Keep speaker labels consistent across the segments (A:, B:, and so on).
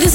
A: this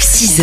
B: 6h,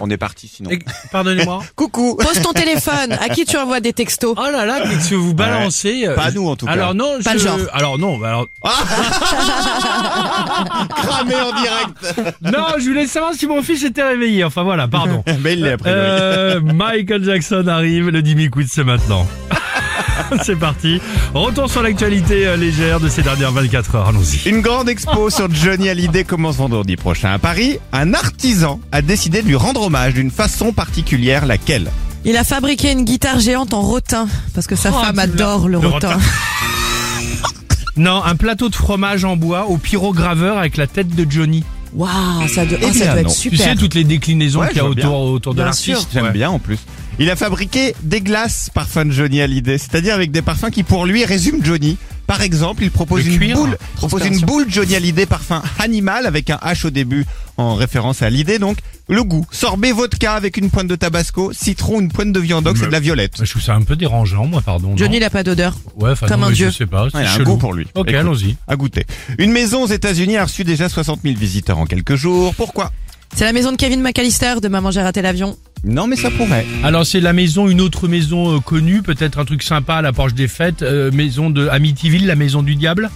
C: on est parti sinon.
D: Et- Pardonnez-moi.
C: Coucou
E: Pose ton téléphone. À qui tu envoies des textos
D: Oh là là, qu'est-ce que vous balancez euh,
C: Pas à nous, en tout cas.
D: Alors non,
E: Pas
D: je-
E: le genre.
D: Alors non, bah alors-
C: Cramé en direct
D: non, je voulais savoir si mon fils était réveillé. Enfin voilà, pardon.
C: Mais il l'est après.
D: Euh, Michael Jackson arrive, le Dimi Quiz c'est maintenant. c'est parti. Retour sur l'actualité euh, légère de ces dernières 24 heures. Allons-y.
C: Une grande expo sur Johnny Hallyday commence vendredi prochain à Paris. Un artisan a décidé de lui rendre hommage d'une façon particulière, laquelle
E: Il a fabriqué une guitare géante en rotin parce que sa
D: Oh,
E: femme
D: tu l'as.
E: adore le,
D: Le
E: rotin.
D: rotin. Non, un plateau de fromage en bois au pyrograveur avec la tête de Johnny.
E: Waouh, ça doit,
C: Eh
E: oh, ça
C: bien,
E: doit être
C: non.
D: Tu sais
E: super.
D: toutes les déclinaisons
C: Ouais,
D: qu'il y a
C: je vois bien.
D: autour, autour de
E: Bien sûr.
D: l'artiste.
C: J'aime
D: Ouais.
C: bien en plus. Il a fabriqué des glaces parfums de Johnny Hallyday, c'est-à-dire avec des parfums qui pour lui résument Johnny. Par exemple, il propose
D: Le
C: une
D: cuir, hein,
C: boule, propose une boule Johnny Hallyday parfum animal avec un H au début en référence à Hallyday donc. Le goût, sorbet vodka avec une pointe de tabasco, citron, une pointe de viandox et de la violette.
D: Je trouve ça un peu dérangeant, moi, pardon. non
E: Johnny, il a pas d'odeur.
D: Ouais, enfin,
E: Comme
D: non,
E: un
D: mais
E: dieu.
D: Je sais pas. c'est
C: Ouais, il a un
D: chelou.
C: goût pour lui.
D: Ok,
C: Écoute.
D: allons-y.
C: À goûter. Une maison aux États-Unis a reçu déjà 60 000 visiteurs en quelques jours. Pourquoi
E: C'est la maison de Kevin McAllister de Maman j'ai raté l'avion.
C: Non, mais ça pourrait.
D: Alors c'est la maison, une autre maison euh, connue, peut-être un truc sympa à la Porche des Fêtes, euh, maison de Amityville, la maison du diable.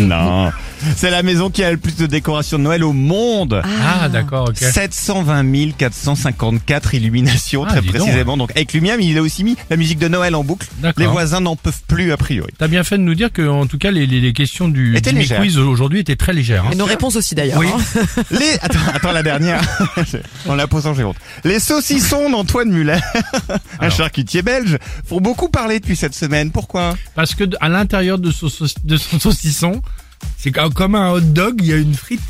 C: non. C'est la maison qui a le plus de décorations de Noël au monde.
D: Ah, d'accord, ok.
C: 720 454 illuminations
D: Ah,
C: très
D: dis donc.
C: précisément. Donc avec Lumia, mais il a aussi mis la musique de Noël en boucle.
D: D'accord.
C: Les voisins n'en peuvent plus a priori.
D: T'as bien fait de nous dire que, en tout cas, les, les, les questions du,
C: Étaient
D: du
C: légères.
D: quiz aujourd'hui étaient très légères. hein.
E: Et nos réponses aussi d'ailleurs.
D: Oui.
E: hein.
C: Les attends, attends la dernière. en la posant j'ai honte. Les saucissons d'Antoine Muller, un charcutier belge, font beaucoup parler depuis cette semaine. Pourquoi
D: Parce que d- à l'intérieur de son, sauc- de son saucisson, c'est co- comme un hot dog, il y a une frite.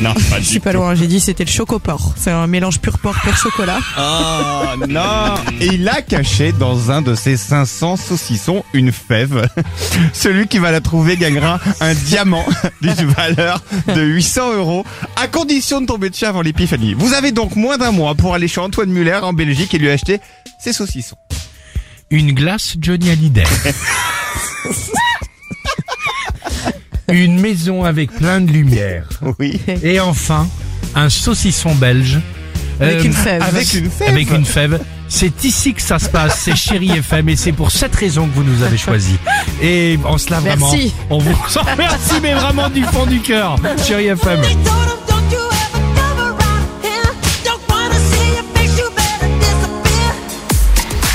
C: Non, pas
E: Je suis pas loin, j'ai dit c'était le chocoport. C'est un mélange pur porc pur chocolat.
C: Oh non Et il a caché dans un de ses 500 saucissons une fève. Celui qui va la trouver gagnera un diamant d'une valeur de 800 euros, à condition de tomber de chat avant l'épiphanie. Vous avez donc moins d'un mois pour aller chez Antoine Muller en Belgique et lui acheter ses saucissons.
D: Une glace Johnny Hallyday. une maison avec plein de lumière.
C: Oui.
D: Et enfin, un saucisson belge. Euh,
E: Avec une fève.
C: Avec une fève.
D: Avec une fève. C'est ici que ça se passe, c'est Chéri FM et c'est pour cette raison que vous nous avez choisis. Et en cela vraiment,
E: Merci.
D: on vous en remercie mais vraiment du fond du cœur, Chéri FM.
F: Don't you ever come around here. Don't wanna see your face, you better disappear.